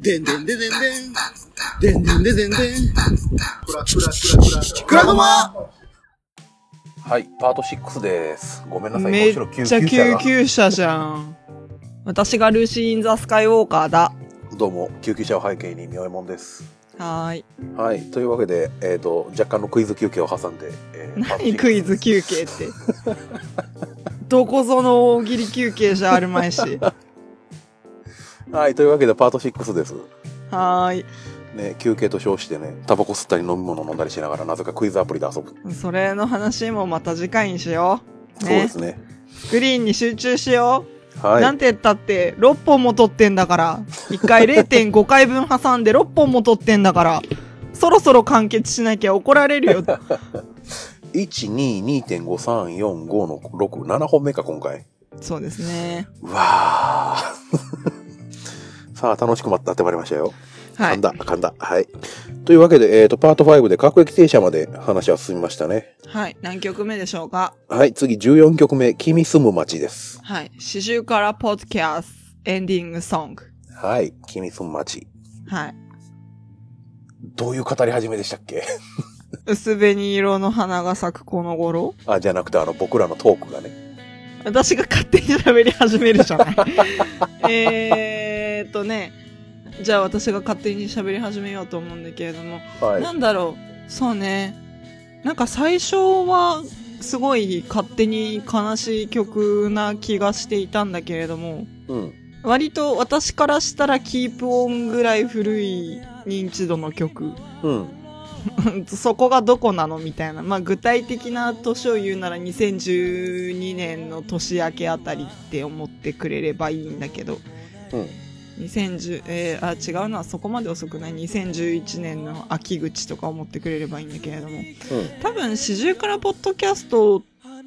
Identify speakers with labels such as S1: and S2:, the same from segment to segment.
S1: でんでんでんでんでん。でんでんでんでんでん。
S2: クラクラクラクラ
S1: くらごま
S3: はい、パート6です。ごめんなさい、
S4: め
S3: も
S4: っ
S3: ちろん救
S4: ちゃ
S3: 急車
S4: 救
S3: が。
S4: 急車じゃん。私がルーシー・イン・ザ・スカイ・ウォーカーだ。
S3: どうも、救急車を背景に、みおえもんです。
S4: はーい。
S3: はい、というわけで、えっ、と、若干のクイズ休憩を挟んで、えーパート
S4: 何
S3: 6
S4: クイズ休憩 って。どこぞの大喜利休憩じゃあるまいし。は
S3: はい、というわけで、パート6です。
S4: ー
S3: ね、休憩と称してね、タバコ吸ったり飲み物飲んだりしながら、なぜかクイズアプリで遊ぶ。
S4: い。それの話もまた次回にしよう。
S3: そうで
S4: ね。
S3: すね。
S4: スクリーンに集中しよう。
S3: は
S4: なん
S3: い。
S4: て言ったって、6本も撮ってんだから。1回0.5回分挟んで6本も撮ってんだから。そろそろ完結しなきゃ怒られ るよ。
S3: 1、2、2.5345の6、7本目か、今回。
S4: そうですね。
S3: うわあ。 さあ、楽しくまってまいりましたよ。
S4: は
S3: 噛
S4: い
S3: ん。だ、噛んだ。はい。というわけで、えっ、と、パート5で各駅停車まで話は進みましたね。
S4: はい。何曲目でしょうか
S3: はい、次14曲目、君住む街です。
S4: はい。詩集からポッドキャストエンディングソング。
S3: はい、君住む街。
S4: はい。
S3: どういう語り始めでしたっけ
S4: 薄紅色の花が咲くこの頃
S3: あ、じゃなくて、あの、僕らのトークがね。
S4: 私が勝手に喋り始めるじゃ ない。えーっとね。じゃあ私が勝手に喋り始めようと思うんだけれども。
S3: はい。
S4: なんだろう。そうね。なんか最初は、すごい勝手に悲しい曲な気がしていたんだけれども。
S3: うん。
S4: 割と私からしたらキープオンぐらい古い認知度の曲
S3: うん。
S4: そこがどこなのみたいな、まあ、具体的な年を言うなら2012年の年明けあたりって思ってくれればいいんだけど
S3: うん。
S4: 2010、えーあ違うのはそこまで遅くない2011年の秋口とか思ってくれればいいんだけれども
S3: うん。
S4: 多分四十からポッドキャスト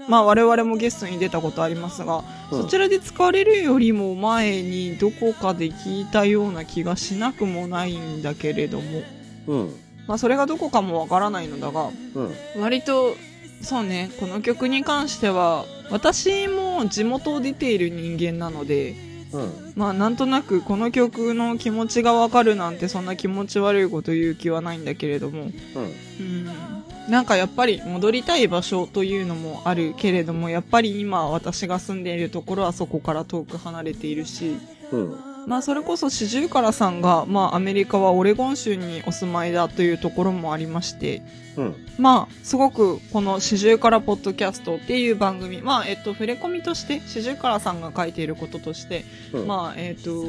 S4: まあ我々もゲストに出たことありますが、
S3: うん
S4: そちらで使われるよりも前にどこかで聞いたような気がしなくもないんだけれども、
S3: うん。
S4: まあそれがどこかもわからないのだが、
S3: うん。
S4: 割と、そうね、この曲に関しては、私も地元を出ている人間なので、
S3: うん。
S4: まあなんとなくこの曲の気持ちがわかるなんてそんな気持ち悪いこと言う気はないんだけれども、
S3: うん。
S4: うんなんかやっぱり戻りたい場所というのもあるけれどもやっぱり今私が住んでいるところはそこから遠く離れているし
S3: うん。
S4: まあそれこそシジュウカラさんが、まあ、アメリカはオレゴン州にお住まいだというところもありまして
S3: うん。
S4: まあすごくこの「シジュウカラポッドキャスト」っていう番組まあえっと触れ込みとしてシジュウカラさんが書いていることとして
S3: うん。
S4: まあえっと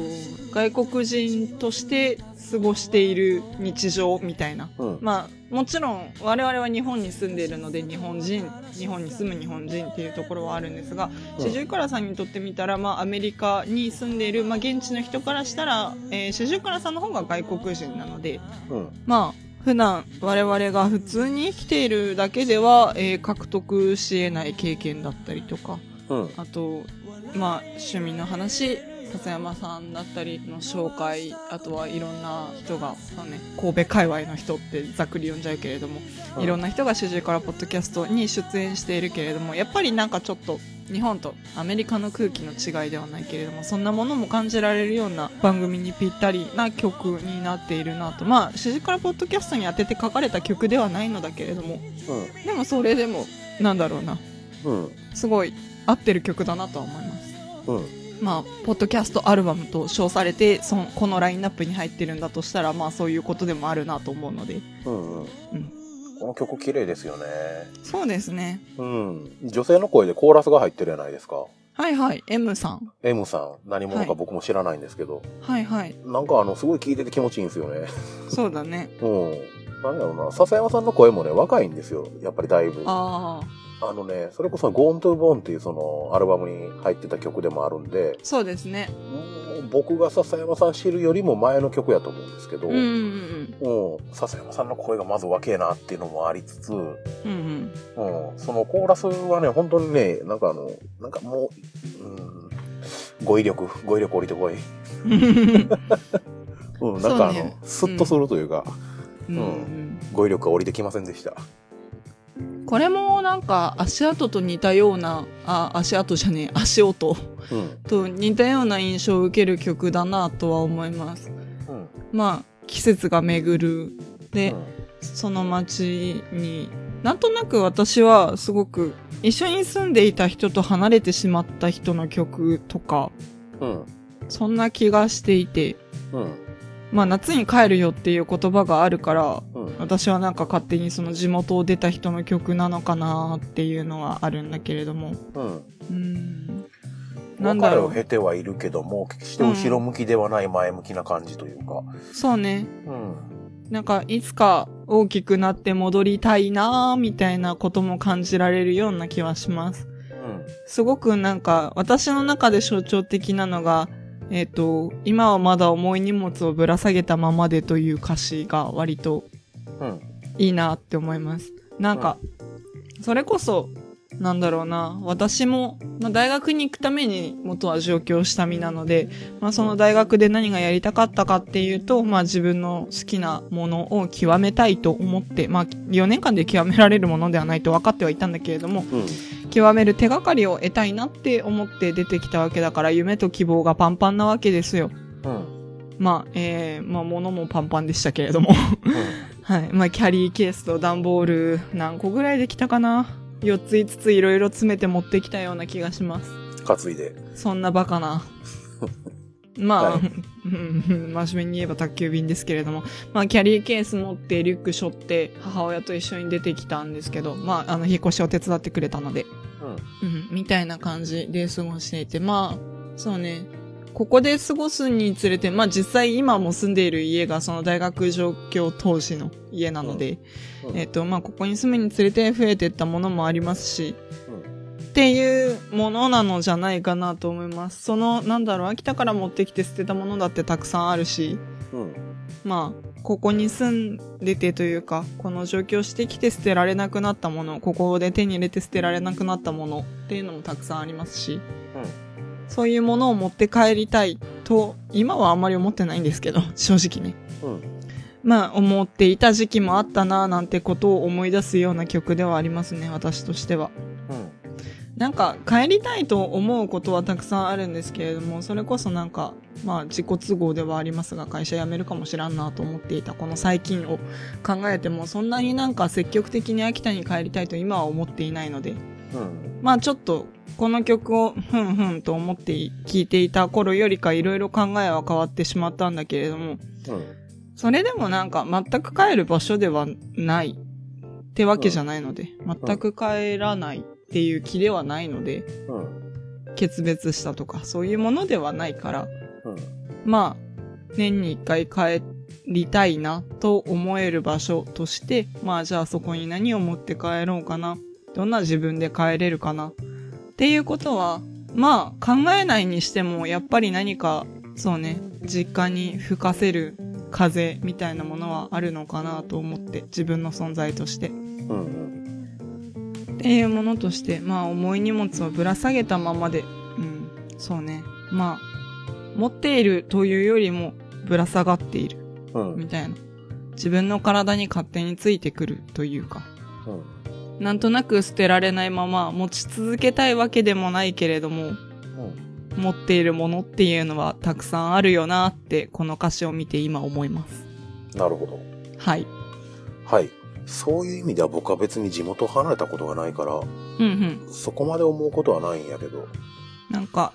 S4: 外国人として過ごしている日常みたいな
S3: うん。
S4: まあ、もちろん我々は日本に住んでいるので日本人日本に住む日本人っていうところはあるんですが
S3: うん
S4: シジュウカラさんにとってみたら、まあ、アメリカに住んでいる、まあ、現地の人からしたら、えーシジュウカラさんの方が外国人なので、
S3: うん。
S4: まあ、普段我々が普通に生きているだけでは、えー獲得し得ない経験だったりとか
S3: うん。
S4: あと、まあ、趣味の話笹山さんだったりの紹介あとはいろんな人が、そうね、神戸界隈の人ってざっくり呼んじゃうけれども、いろん
S3: な。
S4: な人が主従からポッドキャストに出演しているけれどもやっぱりなんかちょっと日本とアメリカの空気の違いではないけれどもそんなものも感じられるような番組にぴったりな曲になっているなとまあ主従からポッドキャストに当てて書かれた曲ではないのだけれどもでもそれでもなんだろうな
S3: うん。うん。
S4: すごい合ってる曲だなとは思います
S3: うん。
S4: まあポッドキャストアルバムと称されてそのこのラインナップに入ってるんだとしたらまあそういうことでもあるなと思うので
S3: うん。うん。
S4: うん
S3: この曲綺麗ですよね。
S4: そうですね
S3: うん。女性の声でコーラスが入ってるじゃないですか。
S4: はいはい M さん
S3: M さん、何者
S4: は
S3: か
S4: い
S3: 僕も知らないんですけど、
S4: はいはい
S3: なんかあの、すごい聞いてて気持ちいいんですよね。
S4: そうだね
S3: うん。なんだろうな、笹山さんの声もね、若いんですよ。やっぱりだいぶ。あ
S4: ああ
S3: のね、それこそ Gone to Bone っていうその、アルバムに入ってた曲でもあるんで、
S4: そうですね
S3: うん僕が笹山さん知るよりも前の曲やと思うんですけど、
S4: うんうん
S3: うん笹山さんの声がまず若えなっていうのもありつつ、うん、
S4: うんうん
S3: そのコーラスはね、本当にね、なんかあの、なんかもう、うん、語彙力、語彙力降りて こい。
S4: うん
S3: うん、なんかあの、
S4: そうね
S3: スッとするというか、
S4: うんうん
S3: 語彙力が降りてきませんでした。
S4: これもなんか足跡と似たようなあ足跡じゃねえ足音
S3: うん。
S4: と似たような印象を受ける曲だなとは思います
S3: うん
S4: まあ、季節が巡る。で
S3: う、ん
S4: その街に、なんとなく私はすごく一緒に住んでいた人と離れてしまった人の曲とか、
S3: うん
S4: そんな気がしていて、
S3: うん
S4: まあ夏に帰るよっていう言葉があるから、
S3: うん
S4: 私はなんか勝手にその地元を出た人の曲なのかなっていうのはあるんだけれども。
S3: うん
S4: うーん。なん
S3: 別
S4: だ
S3: れ
S4: ろ
S3: を
S4: う。
S3: 経てはいるけども決して後ろ向きではない前向きな感じというか
S4: そうね。
S3: うん
S4: なんかいつか大きくなって戻りたいなーみたいなことも感じられるような気はします。
S3: うん
S4: すごくなんか私の中で象徴的なのが、えっ、と、今はまだ重い荷物をぶら下げたままでという歌詞が割と
S3: うん
S4: いいなって思います。なんか、それこそ、なんだろうな、私も、まあ、大学に行くために元は上京した身なので、まあ、その大学で何がやりたかったかっていうと、まあ、自分の好きなものを極めたいと思って、まあ、4年間で極められるものではないと分かってはいたんだけれども、
S3: うん
S4: 極める手がかりを得たいなって思って出てきたわけだから、夢と希望がパンパンなわけですよ。
S3: うん
S4: まあ、えー、まあ、物もパンパンでしたけれども。 はい。まあ、キャリーケースと段ボール、何個ぐらいできたかな ?4 つ5ついろいろ詰めて持ってきたような気がします。
S3: 担いで
S4: そんなバカな。まあ、
S3: は
S4: うん真面目に言えば宅急便ですけれども、まあ、キャリーケース持ってリュック背負って母親と一緒に出てきたんですけど、まあ、あの、引っ越しを手伝ってくれたので、
S3: うん
S4: うん、みたいな感じで過ごしていて、まあ、そうね。ここで過ごすにつれて、まあ実際今も住んでいる家がその大学上京当時の家なので、
S3: うんうん
S4: えっ、とまあここに住むにつれて増えていったものもありますし、っていうものなのじゃないかなと思います。その、なんだろう、秋田から持ってきて捨てたものだってたくさんあるし、
S3: うん
S4: まあ、ここに住んでてというか、この上京してきて捨てられなくなったもの、ここで手に入れて捨てられなくなったものっていうのもたくさんありますし、そういうものを持って帰りたいと、今はあんまり思ってないんですけど、 正直ね。
S3: うん
S4: まあ、思っていた時期もあったなぁなんてことを思い出すような曲ではありますね、私としては。
S3: うん
S4: なんか帰りたいと思うことはたくさんあるんですけれどもそれこそなんかまあ自己都合ではありますが会社辞めるかもしらんなと思っていたこの最近を考えてもそんなになんか積極的に秋田に帰りたいと今は思っていないので
S3: うん
S4: まあちょっとこの曲をふんふんと思って聴いていた頃よりかいろいろ考えは変わってしまったんだけれども
S3: うん
S4: それでもなんか全く帰る場所ではないってわけじゃないので全く帰らないっていう気ではないので
S3: うん
S4: 決別したとか、そういうものではないから、
S3: うん
S4: まあ、年に一回帰りたいなと思える場所として、まあじゃあそこに何を持って帰ろうかな。どんな自分で帰れるかな。っていうことは、まあ考えないにしても、やっぱり何か、そうね、実家に吹かせる風みたいなものはあるのかなと思って、自分の存在として。
S3: うん
S4: っていうものとして、まあ重い荷物をぶら下げたままで、うん、そうね。まあ、持っているというよりもぶら下がっている
S3: うん
S4: みたいな。自分の体に勝手についてくるというか。
S3: うん
S4: なんとなく捨てられないまま持ち続けたいわけでもないけれども、
S3: うん
S4: 持っているものっていうのはたくさんあるよなって、この歌詞を見て今思います。
S3: なるほど
S4: はい。
S3: はいそういう意味では僕は別に地元を離れたことがないから
S4: うんうん。
S3: そこまで思うことはないんやけど
S4: なんか、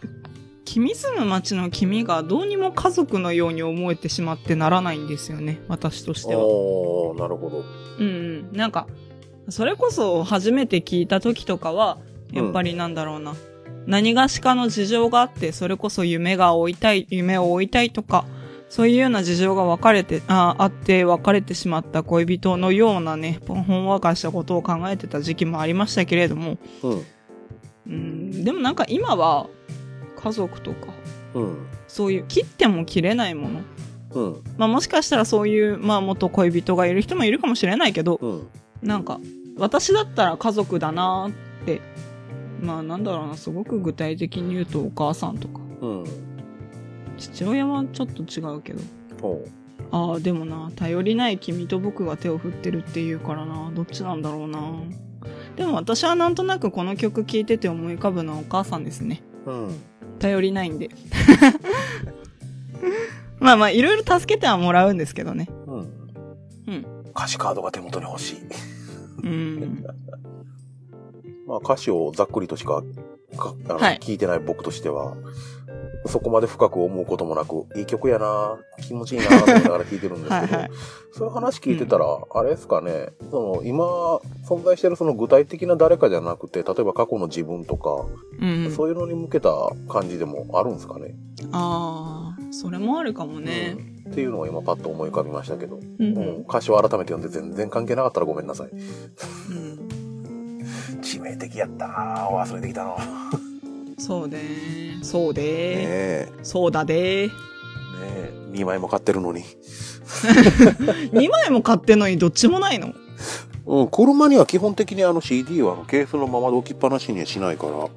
S4: 君住む町の君がどうにも家族のように思えてしまってならないんですよね、私としては。
S3: おーなるほど
S4: うんうん。なんか、それこそ初めて聞いた時とかは、やっぱりなんだろうな。何がしかの事情があって、それこそ夢が追いたい、夢を追いたいとか、そういうような事情が分かれて、ああって別れてしまった恋人のようなね、ほんわかしたことを考えてた時期もありましたけれども、
S3: うん
S4: うん、でもなんか今は、家族とか、
S3: うん
S4: そういう切っても切れないもの。
S3: うん
S4: まあもしかしたらそういう、まあ元恋人がいる人もいるかもしれないけど、
S3: うん
S4: なんか、私だったら家族だなーって、まあなんだろうな、すごく具体的に言うとお母さんとか、
S3: うん
S4: 父親はちょっと違うけど、
S3: おう
S4: ああ、でもな、頼りない君と僕が手を振ってるっていうからな、どっちなんだろうな。でも私はなんとなくこの曲聴いてて思い浮かぶのはお母さんですね。
S3: うん
S4: 頼りないんで。うまあまあ、いろいろ助けてはもらうんですけどね。
S3: うん。
S4: うん。
S3: 歌詞カードが手元に欲しい。
S4: うん。
S3: まあ歌詞をざっくりとしかかあの、
S4: はい
S3: 聞いてない僕としては、そこまで深く思うこともなく、いい曲やな気持ちいいなと思いながら聞いてるんですけど、
S4: はいはい
S3: そういう話聞いてたら、あれですかね、その今存在してるその具体的な誰かじゃなくて、例えば過去の自分とか、
S4: うん。
S3: そういうのに向けた感じでもあるんですかね。
S4: ああ、それもあるかもね
S3: う。んっていうのを今パッと思い浮かびましたけど、
S4: うん。
S3: う、
S4: うんん。
S3: 歌詞を改めて読んで全然関係なかったらごめんなさい。
S4: うん
S3: 致命的やったな忘れてきたの。ね
S4: そうでー。そうでー。
S3: え。
S4: そうだでー。
S3: ねえ、2枚も買ってるのに。
S4: 2枚も買ってんのにどっちもないの
S3: うん、車には基本的にあの CD はあのケースのままで置きっぱなしにはしないから。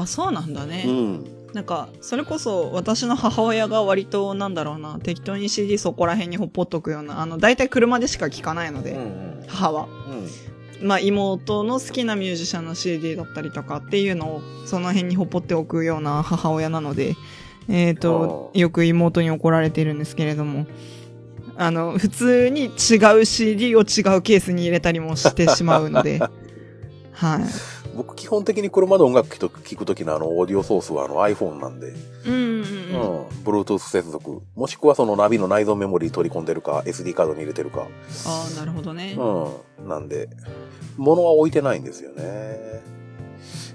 S4: あ、そうなんだね。
S3: うん。
S4: なんか、それこそ私の母親が割と、なんだろうな、適当に CD そこら辺にほっぽっとくような、あの、大体車でしか聴かないので、
S3: ん
S4: 母は。
S3: うん。
S4: まあ、妹の好きなミュージシャンの CD だったりとかっていうのを、その辺にほっぽっておくような母親なので、えっ、と、
S3: あー
S4: よく妹に怒られてるんですけれども、あの、普通に違う CD を違うケースに入れたりもしてしまう ので、はい。
S3: 僕基本的に車で音楽聴く聞くときのあのオーディオソースはあの iPhone なんで、
S4: うんうん
S3: う
S4: うん。
S3: ん。Bluetooth 接続。もしくはそのナビの内蔵メモリー取り込んでるか、SD カードに入れてるか。
S4: ああ、なるほどね。
S3: うん。なんで、物は置いてないんですよね。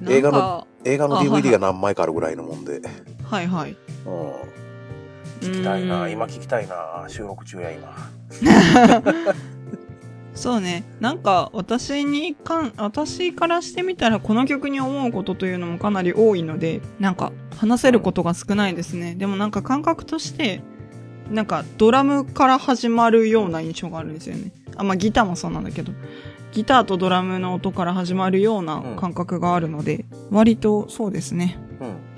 S4: なんか
S3: 映画の映画の
S4: あはいは
S3: DVD
S4: い
S3: が何枚かあるぐらいのもんで。
S4: はいはい。
S3: うん。
S4: 聞
S3: ぁ聞きたいなぁ収録中や今。
S4: そうね。なんか、私にかん、私からしてみたら、この曲に思うことというのもかなり多いので、なんか、話せることが少ないですね。でもなんか感覚として、なんか、ドラムから始まるような印象があるんですよね。あ、まあ、ギターもそうなんだけど、ギターとドラムの音から始まるような感覚があるので、割とそうですね。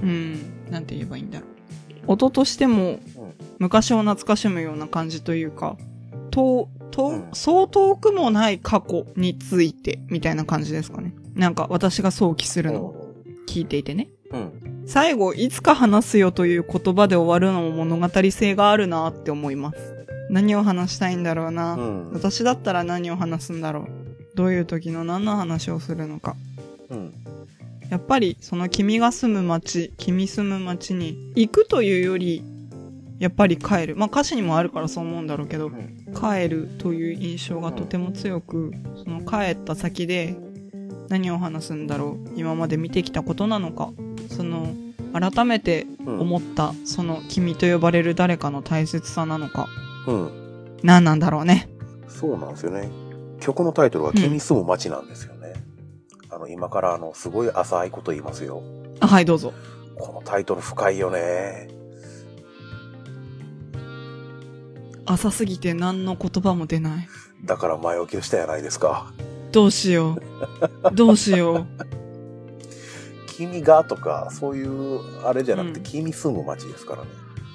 S3: うん。
S4: うん、なんて言えばいいんだろう。音としても
S3: うん、
S4: 昔を懐かしむような感じというか、と、
S3: う
S4: と
S3: ん、
S4: そう遠くもない過去について、みたいな感じですかね。なんか私が想起するのを聞いていてね。
S3: うん。
S4: 最後、いつか話すよという言葉で終わるのも物語性があるなって思います。何を話したいんだろうな。
S3: うん。
S4: 私だったら何を話すんだろう。どういう時の何の話をするのか。
S3: うん。
S4: やっぱりその君が住む町、君住む町に行くというより、やっぱり帰る。まあ歌詞にもあるからそう思うんだろうけど、
S3: ん
S4: 帰るという印象がとても強く、その帰った先で何を話すんだろう。今まで見てきたことなのか。その、改めて思った、その君と呼ばれる誰かの大切さなのか。
S3: うん。
S4: 何なんだろうね。
S3: そうなんですよね。曲のタイトルは君住む街なんですよね。あの、今からあの、すごい浅いこと言いますよ。
S4: あ、はい、どうぞ。
S3: このタイトル深いよね。
S4: 浅すぎて何の言葉も出ない。
S3: だから前置きをしたやないですか。
S4: どうしよう。どうしよ
S3: 君がとか、そういう、あれじゃなくて、
S4: うん
S3: 君住む街ですからね。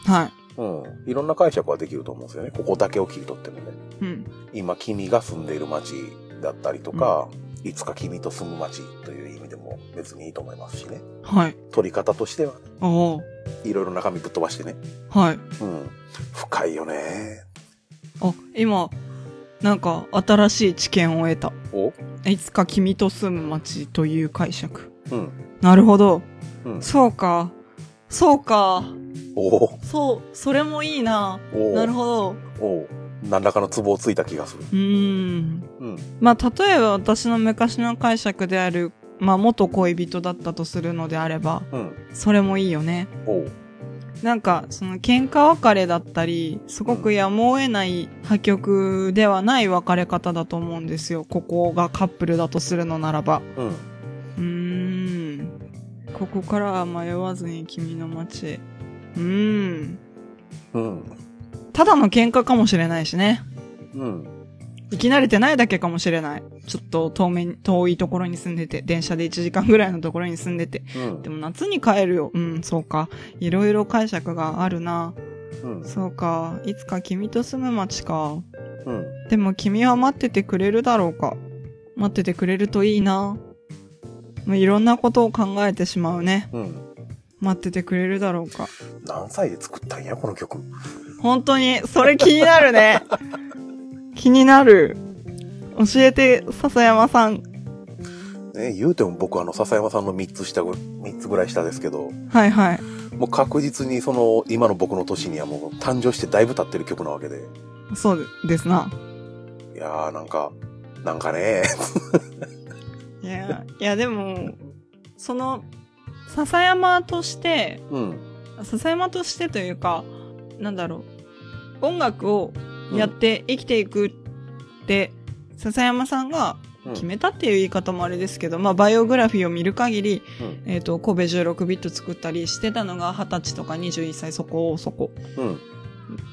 S4: う。はい。
S3: うん。いろんな解釈はできると思うんですよね。ここだけを切り取ってもね。
S4: うん。
S3: 今君が住んでいる町だったりとか、いつか君と住む町という意味でも別にいいと思いますしね
S4: はい。
S3: 取り方としては
S4: お
S3: いろいろ中身ぶっ飛ばしてね
S4: お。はい。
S3: うん深いよね
S4: あ、今、なんか、新しい知見を得た。
S3: お
S4: いつか君と住む街という解釈。
S3: うん
S4: なるほど。
S3: うん
S4: そうか。そうか。
S3: おお
S4: そう、それもいいな。
S3: お
S4: なるほど。う
S3: おお何らかのツボをついた気がする
S4: ーん。
S3: うん
S4: まあ、例えば私の昔の解釈である、まあ、元恋人だったとするのであれば、
S3: うん
S4: それもいいよね。
S3: おお
S4: なんか、その喧嘩別れだったり、すごくやむを得ない破局ではない別れ方だと思うんですよ。ここがカップルだとするのならば。
S3: うん
S4: うーん。ここからは迷わずに君の街へ。うーん。
S3: うん
S4: ただの喧嘩かもしれないしね。
S3: うん
S4: 生き慣れてないだけかもしれない。ちょっと遠面、遠いところに住んでて、電車で1時間ぐらいのところに住んでて。
S3: うん
S4: でも夏に帰るよ。うん、そうか。いろいろ解釈があるな。
S3: うん
S4: そうか。いつか君と住む街か。
S3: うん
S4: でも君は待っててくれるだろうか。待っててくれるといいな。もういろんなことを考えてしまうね。
S3: うん
S4: 待っててくれるだろうか。
S3: 何歳で作ったんやこの曲
S4: 本当に、それ気になる ね。気になる。教えて、笹山さん。
S3: ね、言うても僕あの笹山さんの3つ下ぐ3つぐらい下ですけど
S4: はいはい。
S3: もう確実にその今の僕の年にはもう誕生してだいぶ経ってる曲なわけで
S4: そうですな。
S3: いやーなんかなんかね
S4: いや、いやでも、その、笹山として、
S3: うん
S4: 笹山としてというか、なんだろう、音楽をやって生きていくって、笹山さんが
S3: うん
S4: 決めたっていう言い方もあれですけど、まあ、バイオグラフィーを見る限り、
S3: うん
S4: えっ、と、神戸16ビット作ったりしてたのが20歳とか21歳そこそこ
S3: うん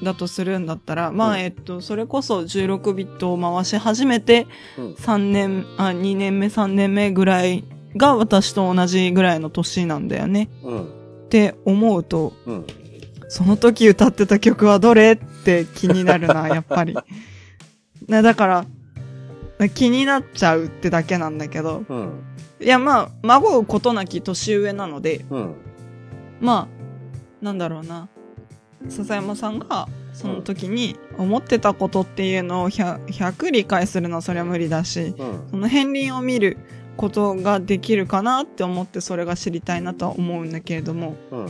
S4: だとするんだったら、ま
S3: うん
S4: あ、えっ、と、それこそ16ビットを回し始めて、
S3: うん
S4: 3年、あ、2年目、3年目ぐらいが私と同じぐらいの年なんだよね。
S3: うん
S4: って思うと、
S3: うん
S4: その時歌ってた曲はどれって気になるな、やっぱり。なだから、気になっちゃうってだけなんだけど。
S3: うん
S4: いや、まあ、孫うことなき年上なので、
S3: うん
S4: まあ、なんだろうな。笹山さんが、その時に思ってたことっていうのを 100, 100理解するのはそれは無理だし、
S3: うん
S4: その片鱗を見ることができるかなって思ってそれが知りたいなとは思うんだけれども、
S3: うん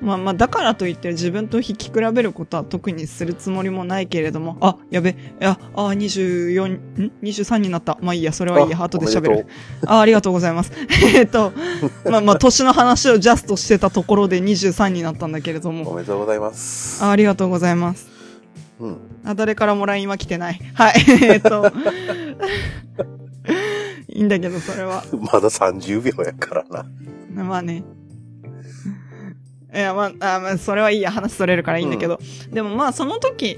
S4: まあまあ、だからといって自分と引き比べることは特にするつもりもないけれども、あ、やべ、あ、あ、24、ん ?23 になった。まあいいや、それはいいや、後で喋る。あ、ありがとうございます。 えっと、まあまあ、年の話をジャストしてたところで23になったんだけれど
S3: お
S4: も、
S3: めでとうございます
S4: あありがとうございます。
S3: うん
S4: あ、誰からも LINE は来てない。はい、 えっと、いいんだけど、それは。
S3: まだ30秒やからな
S4: まあね。いや、まあ、あまあ、それはいいや。話それるからいいんだけど。でもまあ、その時、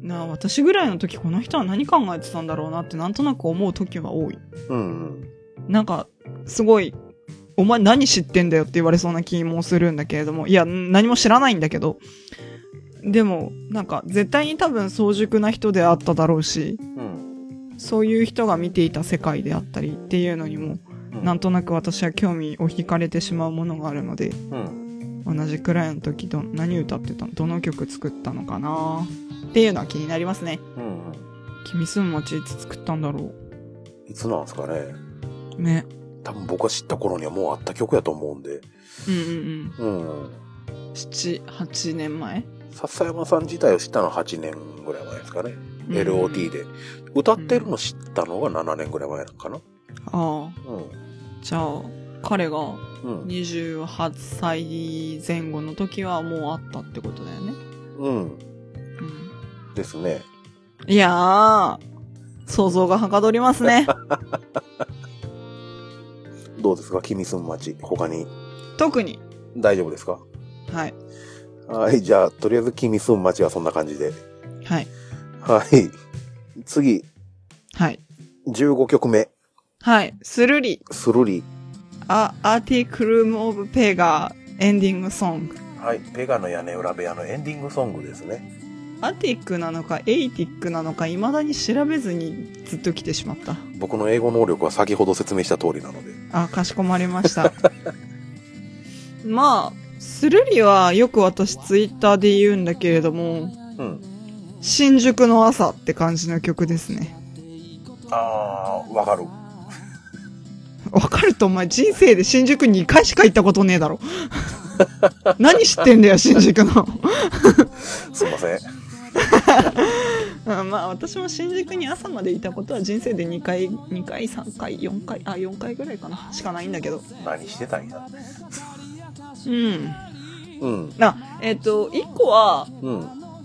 S4: なあ、私ぐらいの時、この人は何考えてたんだろうなって、なんとなく思う時は多い。
S3: うん
S4: なんか、すごい、お前何知ってんだよって言われそうな気もするんだけれども、いや、ん何も知らないんだけど、でも、なんか、絶対に多分、早熟な人であっただろうし、
S3: うん
S4: そういう人が見ていた世界であったりっていうのにも、
S3: うん
S4: なんとなく私は興味を惹かれてしまうものがあるので、
S3: うん
S4: 同じくらいの時ど何歌ってたのどの曲作ったのかなっていうのは気になりますね
S3: うん
S4: 君住む街いつ作ったんだろ
S3: いつなんすかね
S4: うね
S3: 多分僕が知った頃にはもうあった曲やと思うんで
S4: うんうん
S3: うん
S4: うん78年前
S3: 笹山さん自体を知ったのは8年ぐらい前ですかね。
S4: うん
S3: LOT で。歌ってるの知ったのが7年ぐらい前なのかな。
S4: ああ
S3: う
S4: じゃあ彼が
S3: ん。うん。
S4: 28歳前後の時はもうあったってことだよね、
S3: うん。
S4: うん、
S3: ですね。
S4: いやー想像がはかどりますね
S3: どうですか君住む町。他に。
S4: 特に
S3: 大丈夫ですか
S4: はい
S3: はい。じゃあ、とりあえず君住む町はそんな感じで。
S4: はい
S3: はい。次、
S4: はい
S3: 15曲目。
S4: はいスルリ
S3: スルリ。
S4: アアーティクルーム・オブ・ペーガーエンディングソング
S3: はい。ペガの屋根裏部屋のエンディングソングですね。
S4: アティックなのかエイティックなのか未だに調べずにずっと来てしまった
S3: 僕の英語能力は先ほど説明した通りなので。
S4: あかしこまりました まあスルリはよく私ツイッターで言うんだけれども
S3: うん。
S4: 新宿の朝って感じの曲ですね
S3: あー、わかる。
S4: わかるとお前人生で新宿2回しか行ったことねえだろ 何知ってんだよ新宿の
S3: すいません。
S4: あまあ私も新宿に朝までいたことは人生で2回2回3回4回あ4回ぐらいかなしかないんだけど
S3: 何してたんや。
S4: うん
S3: うん。
S4: な、えっ、と、一個は、
S3: うん。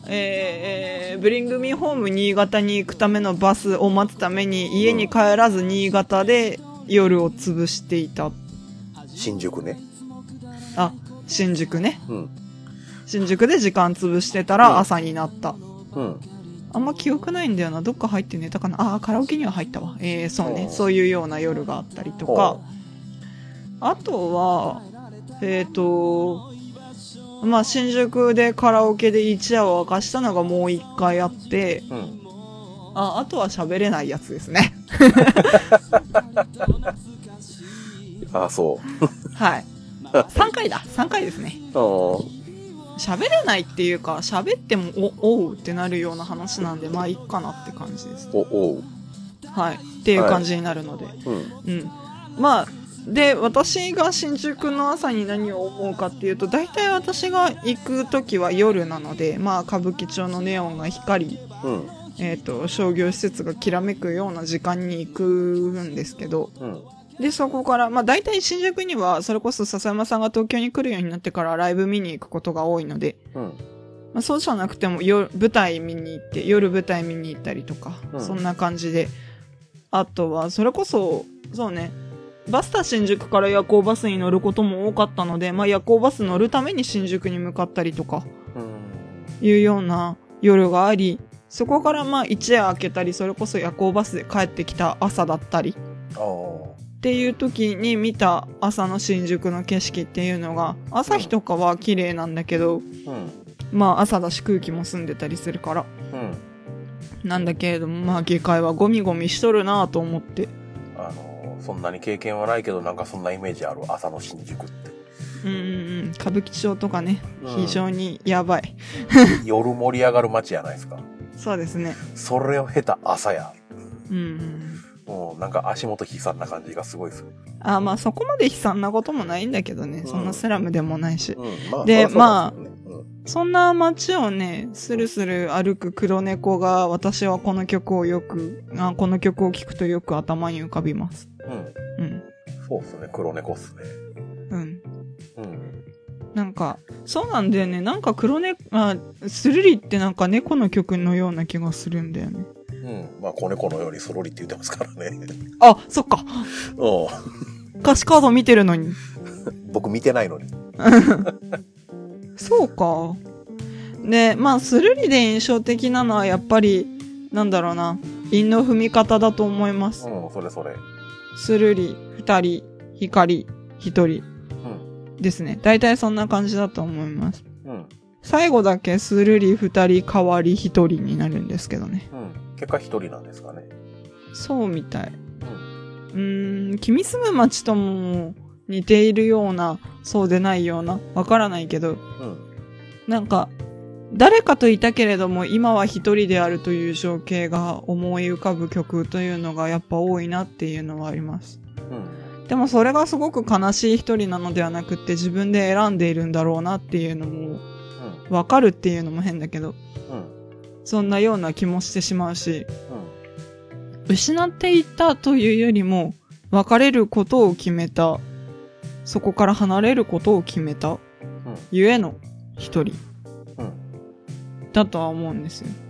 S4: えーえーブリングミーホーム新潟に行くためのバスを待つために、家に帰らず新潟で夜を潰していた。
S3: 新宿ね。
S4: あ、新宿ね。
S3: うん。
S4: 新宿で時間潰してた
S3: うん
S4: ら朝になった。
S3: うん。
S4: あんま記憶ないんだよな。どっか入って寝たかな。あー、カラオケには入ったわ。えー、そう
S3: お
S4: ね
S3: う。
S4: そういうような夜があったりとか。あとは、えっ、と、まあ、新宿でカラオケで一夜を明かしたのがもう一回あって、
S3: うん。
S4: あ、あとは喋れないやつですね。
S3: ああ、そう。
S4: はい。3回だ。3回ですね。
S3: あ
S4: 喋らないっていうか喋ってもおおうってなるような話なんでまあいっかなって感じです
S3: おおう
S4: はいっていう感じになるので、
S3: うん
S4: うんまあで私が新宿の朝に何を思うかっていうと大体私が行く時は夜なのでまあ歌舞伎町のネオンが光り
S3: うん
S4: えー、と商業施設がきらめくような時間に行くんですけど
S3: うん
S4: でそこから、まあ、大体新宿にはそれこそ笹山さんが東京に来るようになってからライブ見に行くことが多いので、
S3: うん
S4: まあ、そうじゃなくても夜舞台見に行って夜舞台見に行ったりとか、
S3: うん
S4: そんな感じであとはそれこそそうねバスタ新宿から夜行バスに乗ることも多かったので、まあ、夜行バス乗るために新宿に向かったりとか
S3: うん
S4: いうような夜がありそこからまあ一夜明けたりそれこそ夜行バスで帰ってきた朝だったりっ
S3: ああ
S4: ていう時に見た朝の新宿の景色っていうのが朝日とかは綺麗なんだけど、
S3: うん
S4: まあ朝だし空気も澄んでたりするから
S3: うん
S4: なんだけれどもまあ下界はゴミゴミしとるなぁと思って
S3: あのそんなに経験はないけどなんかそんなイメージある朝の新宿って
S4: うんうんうん歌舞伎町とかね
S3: うん
S4: 非常にやばい、
S3: 夜盛り上がる街やないですか
S4: そうですね
S3: それを経た朝や
S4: うんうん
S3: もうなんか足元悲惨な感じがすごいです
S4: あまあそこまで悲惨なこともないんだけどね、そんなスラムでもないし
S3: うんまあ
S4: で
S3: そりゃそうですよね
S4: そんな街をね、スルスル歩く黒猫が、私はこの曲をよく、あこの曲を聴くとよく頭に浮かびます。
S3: うん、
S4: うん。
S3: うんそうっすね黒猫っすね
S4: うん。
S3: うん
S4: なんか、そうなんだよね。なんか黒猫、あ、スルリってなんか猫の曲のような気がするんだよね。
S3: うんまあ子猫のようにそろりって言ってますからね
S4: あ、そっか。
S3: う
S4: 歌詞カード見てるのに。
S3: ん僕見てないのに
S4: そうか。で、まあ、スルリで印象的なのはやっぱり、なんだろうな、韻の踏み方だと思います。
S3: うんそれそれ
S4: スルリ、二人、光、一人。
S3: うん
S4: ですね。大体そんな感じだと思います。
S3: うん
S4: 最後だけスルリ二人代わり一人になるんですけどね。
S3: うん結果一人なんですかね
S4: そうみたい。
S3: うん
S4: うーん、君住む町とも似ているような、そうでないような、わからないけど、
S3: うん
S4: なんか、誰かといたけれども今は一人であるという情景が思い浮かぶ曲というのがやっぱ多いなっていうのはあります。
S3: うん
S4: でもそれがすごく悲しい一人なのではなくって自分で選んでいるんだろうなっていうのも
S3: うん
S4: わかるっていうのも変だけど、
S3: うん
S4: そんなような気もしてしまうし、
S3: うん
S4: 失っていたというよりも、別れることを決めた、そこから離れることを決めた、ゆえの一人
S3: うん
S4: だとは思うんですよ。
S3: うん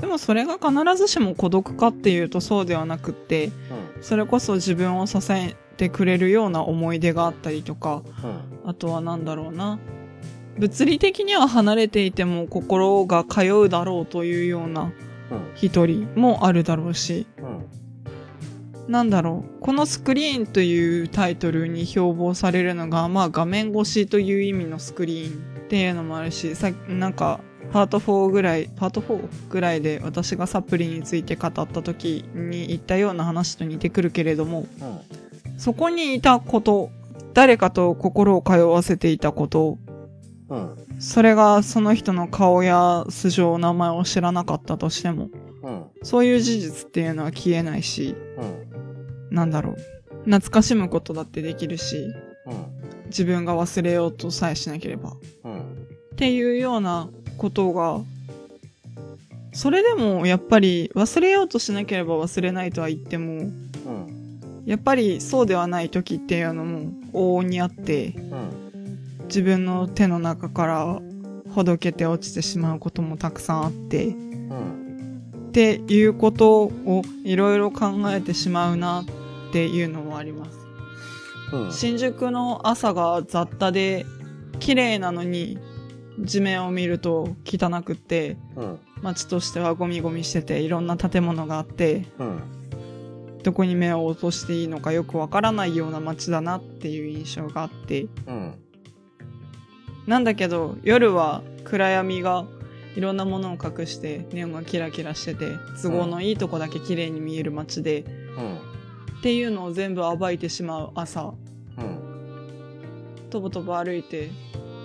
S4: でもそれが必ずしも孤独かっていうとそうではなくって、それこそ自分を支えてくれるような思い出があったりとか、
S3: うん
S4: あとはなんだろうな。物理的には離れていても心が通うだろうというような
S3: うん
S4: 一人もあるだろうし、
S3: うん
S4: なんだろう、このスクリーンというタイトルに標榜されるのが、まあ画面越しという意味のスクリーンっていうのもあるし、さなんか、パート4ぐらい、パート4ぐらいで私がサプリについて語った時に言ったような話と似てくるけれども、
S3: うん
S4: そこにいたこと、誰かと心を通わせていたこと、
S3: うん
S4: それがその人の顔や素性、名前を知らなかったとしても、
S3: うん
S4: そういう事実っていうのは消えないし、
S3: うん
S4: なんだろう。懐かしむことだってできるし、
S3: うん
S4: 自分が忘れようとさえしなければ。っ
S3: うん
S4: ていうようなことが、それでもやっぱり忘れようとしなければ忘れないとは言っても、
S3: うん
S4: やっぱりそうではない時っていうのも往々にあって、
S3: うん
S4: 自分の手の中からほどけて落ちてしまうこともたくさんあって、
S3: うん
S4: っていうことをいろいろ考えてしまうなっていうのもあります。
S3: うん
S4: 新宿の朝が雑多で綺麗なのに地面を見ると汚くって
S3: うん
S4: 街としてはゴミゴミしてていろんな建物があって
S3: うん
S4: どこに目を落としていいのかよくわからないような街だなっていう印象があって
S3: うん
S4: なんだけど夜は暗闇がいろんなものを隠してネオンがキラキラしてて都合のいいとこだけ綺麗に見える街で
S3: うん
S4: っていうのを全部暴いてしまう朝
S3: うん
S4: とぼとぼ歩いて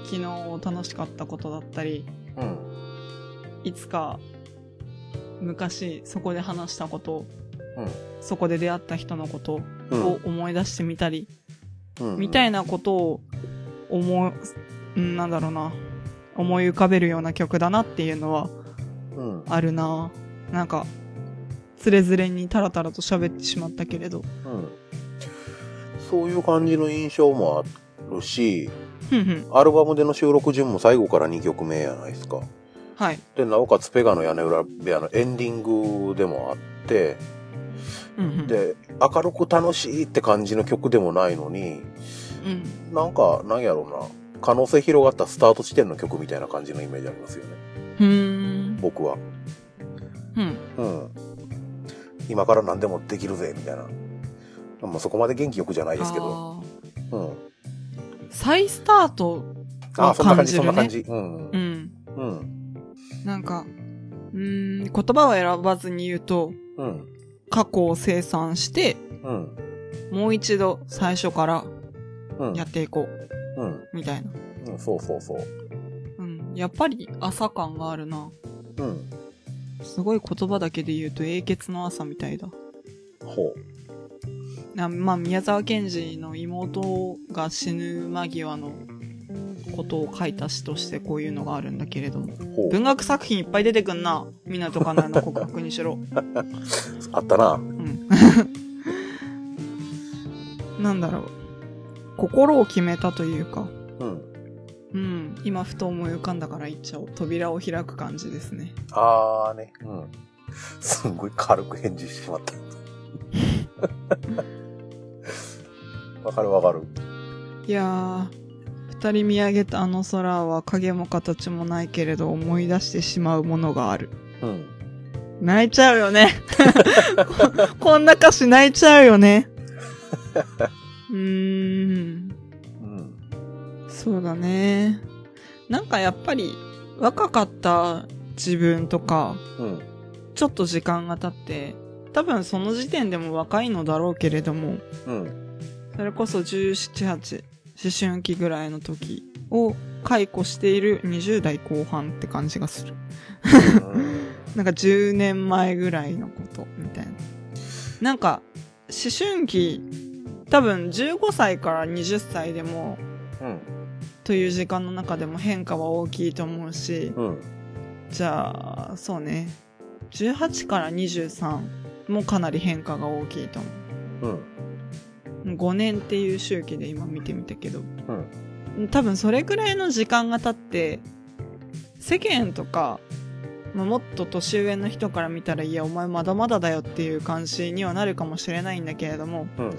S4: 昨日楽しかったことだったり
S3: うん
S4: いつか昔そこで話したこと、
S3: うん
S4: そこで出会った人のこと
S3: うん
S4: を思い出してみたり、
S3: うん
S4: みたいなことを思う、うんなんだろうな思い浮かべるような曲だなっていうのは
S3: うん
S4: あるななんかつれづれにタラタラと喋ってしまったけれど
S3: うん、そういう感じの印象もあるし
S4: ふんふん
S3: アルバムでの収録順も最後から2曲目やないですか
S4: はい、
S3: でなおかつ「ペガの屋根裏部屋」のエンディングでもあって
S4: うんうん
S3: で明るく楽しいって感じの曲でもないのに
S4: うん、
S3: なんかなんやろうな可能性広がったスタート地点の曲みたいな感じのイメージありますよね
S4: ふーん
S3: 僕は
S4: うん
S3: うん今から何でもできるぜみたいなまあそこまで元気よくじゃないですけど
S4: あー
S3: うん
S4: 再スタート
S3: あ
S4: は
S3: そんな感
S4: 感
S3: じ
S4: じ
S3: そん
S4: る
S3: な感
S4: ね
S3: じうん
S4: う、ん
S3: うん
S4: なんかうーん言葉を選ばずに言うと
S3: うん
S4: 過去を清算して
S3: うん
S4: もう一度最初から
S3: うん
S4: やっていこう
S3: うん
S4: みたいな、
S3: うんそうそうそう
S4: うん、やっぱり朝感があるな
S3: うん
S4: すごい言葉だけで言うと英傑の朝みたいだ
S3: ほ
S4: なまあ宮沢賢治の妹が死ぬ間際のことを書いた詩としてこういうのがあるんだけれども
S3: うほう
S4: 文学作品いっぱい出てくんな港かなの告白にしろ
S3: あったな
S4: うん。 なんだろう。心を決めたというか、
S3: うん
S4: うん。今ふと思い浮かんだから言っちゃおう。扉を開く感じですね。
S3: あーねうんすんごい軽く返事してしまったわかるわかる
S4: いやー。二人見上げたあの空は影も形もないけれど思い出してしまうものがある。
S3: うん
S4: 泣いちゃうよね。 ここんな歌詞泣いちゃうよね。うーん。
S3: うん
S4: そうだね。なんかやっぱり若かった自分とか、
S3: うん
S4: ちょっと時間が経って、多分その時点でも若いのだろうけれども、
S3: うん
S4: それこそ17、8、思春期ぐらいの時を解雇している20代後半って感じがする。
S3: うん
S4: なんか10年前ぐらいのことみたいな。なんか思春期、多分15歳から20歳でも
S3: うん
S4: という時間の中でも変化は大きいと思うし、
S3: うん
S4: じゃあそうね18から23もかなり変化が大きいと思
S3: うん
S4: う5年っていう周期で今見てみたけど、
S3: う
S4: 多分それくらいの時間が経って世間とか、まあもっと年上の人から見たらいやお前まだまだだよっていう感じにはなるかもしれないんだけれども
S3: うん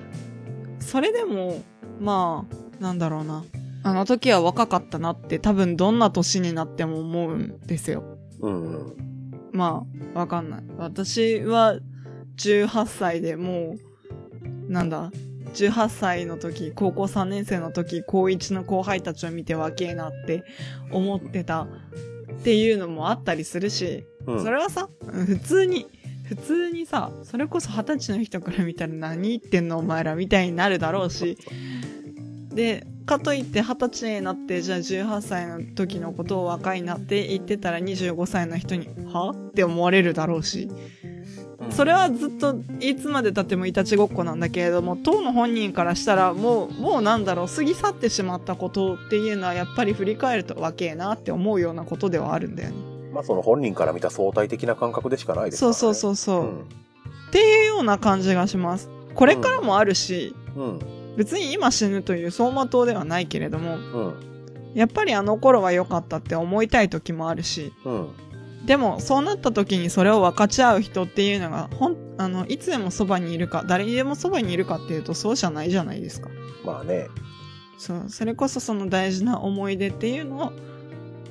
S4: それでもまあなんだろうなあの時は若かったなって多分どんな年になっても思うんですよ
S3: うん
S4: まあ、わかんない。私は、18歳でもう、なんだ、18歳の時、高校3年生の時、高1の後輩たちを見て若えなって思ってたっていうのもあったりするし、
S3: うん
S4: それはさ、普通に、普通にさ、それこそ二十歳の人から見たら何言ってんのお前らみたいになるだろうし、で、かといって二十歳になって、じゃあ18歳の時のことを若いなって言ってたら25歳の人に、はって思われるだろうし、
S3: うん
S4: それはずっといつまでたってもいたちごっこなんだけれども、当の本人からしたらもう、もうなんだろう、過ぎ去ってしまったことっていうのはやっぱり振り返ると若えなって思うようなことではあるんだよね。
S3: まあその本人から見た相対的な感覚でしかないですから
S4: そう
S3: ね
S4: そうそうそうう。
S3: ん
S4: っていうような感じがします。これからもあるし、
S3: うん
S4: 別に今死ぬという走馬灯ではないけれども、
S3: うん
S4: やっぱりあの頃は良かったって思いたい時もあるし、
S3: うん
S4: でもそうなった時にそれを分かち合う人っていうのが、ほん、あの、いつでもそばにいるか、誰にでもそばにいるかっていうとそうじゃないじゃないですか。
S3: まあね
S4: そう、それこそその大事な思い出っていうのを、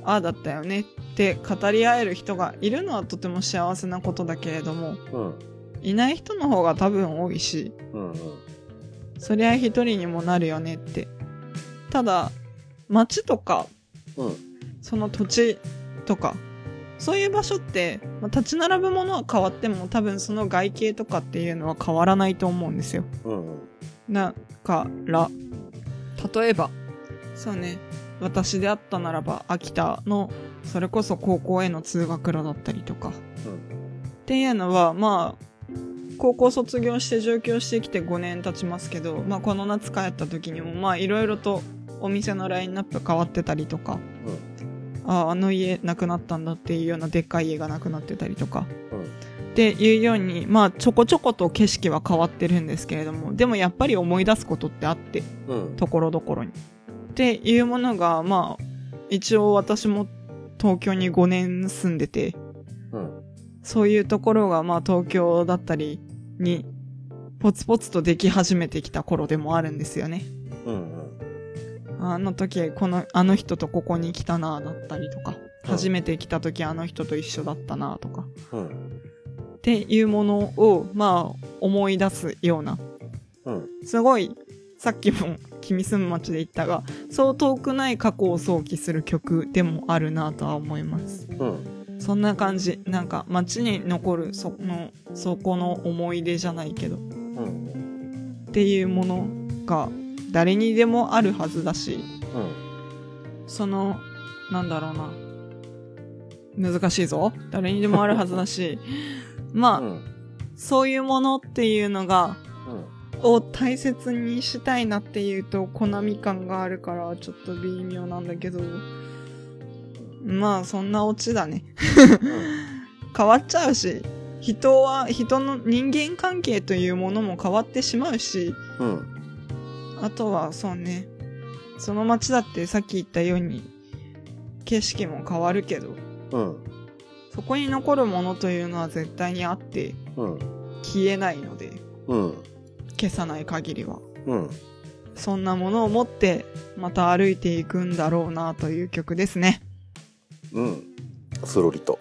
S4: ああだったよねって語り合える人がいるのはとても幸せなことだけれども、
S3: うん
S4: いない人の方が多分多いし、
S3: うんうん
S4: そりゃ一人にもなるよねって。ただ、街とか、
S3: うん
S4: その土地とか、そういう場所って、まあ立ち並ぶものは変わっても多分その外形とかっていうのは変わらないと思うんですよ。
S3: うん
S4: だから、例えば、そうね、私であったならば秋田のそれこそ高校への通学路だったりとか、っていうのはまあ高校卒業して上京してきて5年経ちますけど、まあ、この夏帰った時にもまあいろいろとお店のラインナップ変わってたりとか、あああの家なくなったんだっていうようなでっかい家がなくなってたりとか、
S3: うん
S4: っていうようにまあちょこちょこと景色は変わってるんですけれどもでもやっぱり思い出すことってあって
S3: うん
S4: ところどころに。っていうものがまあ一応私も東京に5年住んでて、
S3: うん
S4: そういうところが、まあ、東京だったりに、ポツポツとでき始めてきた頃でもあるんですよね。
S3: うん
S4: あの時、この、あの人とここに来たな、だったりとか、
S3: うん
S4: 初めて来た時あの人と一緒だったな、とか、
S3: うん
S4: っていうものを、まあ、思い出すような、
S3: うん
S4: すごい、さっきも君住む町で言ったが、そう遠くない過去を想起する曲でもあるなとは思います。
S3: うん
S4: そんな感じ。なんか、街に残る、その、そこの思い出じゃないけど、っ
S3: うんうん
S4: ていうものが、誰にでもあるはずだし、その、なんだろうな。難しいぞ。誰にでもあるはず だし、まあ、
S3: うん
S4: そういうものっていうのが、
S3: うん
S4: を大切にしたいなっていうと、コナミ感があるから、ちょっと微妙なんだけど、まあ、そんなオチだね。変わっちゃうし人は人の人間関係というものも変わってしまうし
S3: うん
S4: あとはそうねその街だってさっき言ったように景色も変わるけど
S3: うん
S4: そこに残るものというのは絶対にあって
S3: うん
S4: 消えないので
S3: うん
S4: 消さない限りは
S3: うん
S4: そんなものを持ってまた歩いていくんだろうなという曲ですね
S3: うんスロリと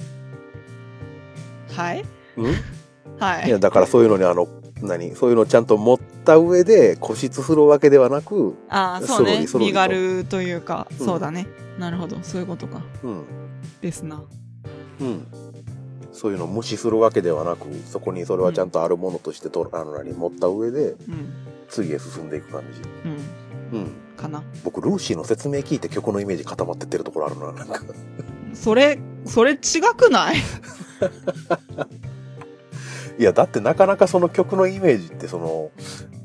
S4: はい
S3: うん
S4: はい
S3: いやだからそういうのにあの何そういうのをちゃんと持った上で固執するわけではなく
S4: ああそうね
S3: そろりそろりと
S4: 身軽というか、
S3: うん
S4: そうだねなるほどそういうことか
S3: うん
S4: ですな
S3: うんそういうのを無視するわけではなくそこにそれはちゃんとあるものとしてとあの何持った上で
S4: うん
S3: 次へ進んでいく感じ
S4: うん
S3: うん
S4: かな
S3: 僕ルーシーの説明聞いて曲のイメージ固まってってるところあるななんか
S4: それそれ違くない
S3: いやだってなかなかその曲のイメージってその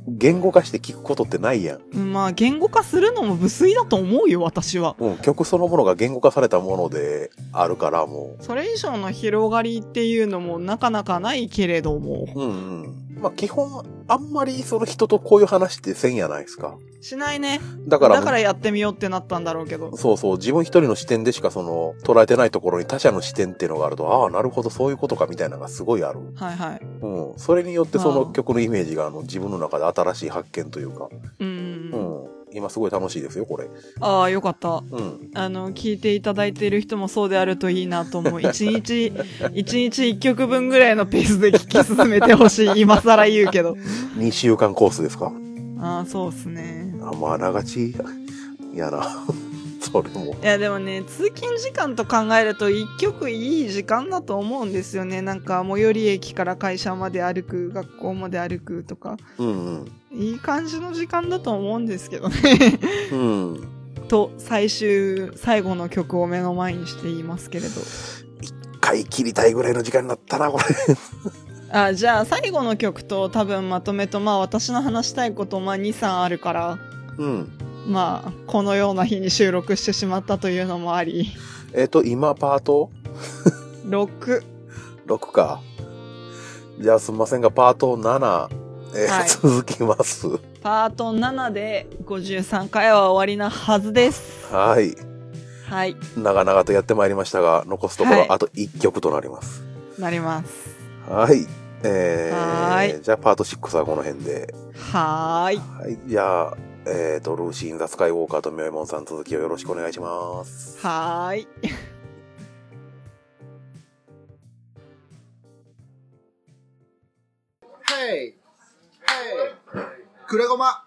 S3: 言語化して聞くことってないやん
S4: まあ言語化するのも無粋だと思うよ私は
S3: うん、曲そのものが言語化されたものであるからも
S4: それ以上の広がりっていうのもなかなかないけれども
S3: う、うんうん、まあ基本あんまりその人とこういう話ってせんやないですか
S4: しないね
S3: だから
S4: だからやってみようってなったんだろうけど
S3: そうそう自分一人の視点でしかその捉えてないところに他者の視点っていうのがあるとああなるほどそういうことかみたいなのがすごいある、
S4: はいはい
S3: うん、それによってそ
S4: あ
S3: の
S4: あ
S3: 曲のイメージがあの自分の中で新しい発見というか、
S4: う
S3: うんん、今すごい楽しいですよこれ、
S4: ああよかった
S3: うん、
S4: あの聞いていただいている人もそうであるといいなと思う一日一日一曲分ぐらいのペースで聞き進めてほしい今更言うけど
S3: 2週間コースですか
S4: ああそうっすね
S3: あまあながち やな それも
S4: いやでもね通勤時間と考えると一曲いい時間だと思うんですよねなんか最寄り駅から会社まで歩く学校まで歩くとか
S3: うんうん
S4: いい感じの時間だと思うんですけどね
S3: うん
S4: と最終最後の曲を目の前にしていますけれど
S3: 買い切りたいぐらいの時間になったな、これ。
S4: あじゃあ最後の曲と多分まとめとまあ私の話したいことまあ23あるから
S3: うん。
S4: まあこのような日に収録してしまったというのもあり
S3: えっ、と、今パート
S4: 6
S3: 6か。じゃあすんませんが、パート7、えー
S4: はい
S3: 続きます。
S4: パート7で53回は終わりなはずです
S3: はい。
S4: はい
S3: 長々とやってまいりましたが、残すところ、
S4: はい
S3: あと1曲となります。
S4: なります
S3: はい。えー、
S4: はーい
S3: じゃあパート6はこの辺で。
S4: はーい
S3: はい。じゃあ、えっ、と、ルーシー・イン・ザ・スカイ・ウォーカーとミョエモンさん続きをよろしくお願いします。
S4: はーい
S2: はいはいくらごま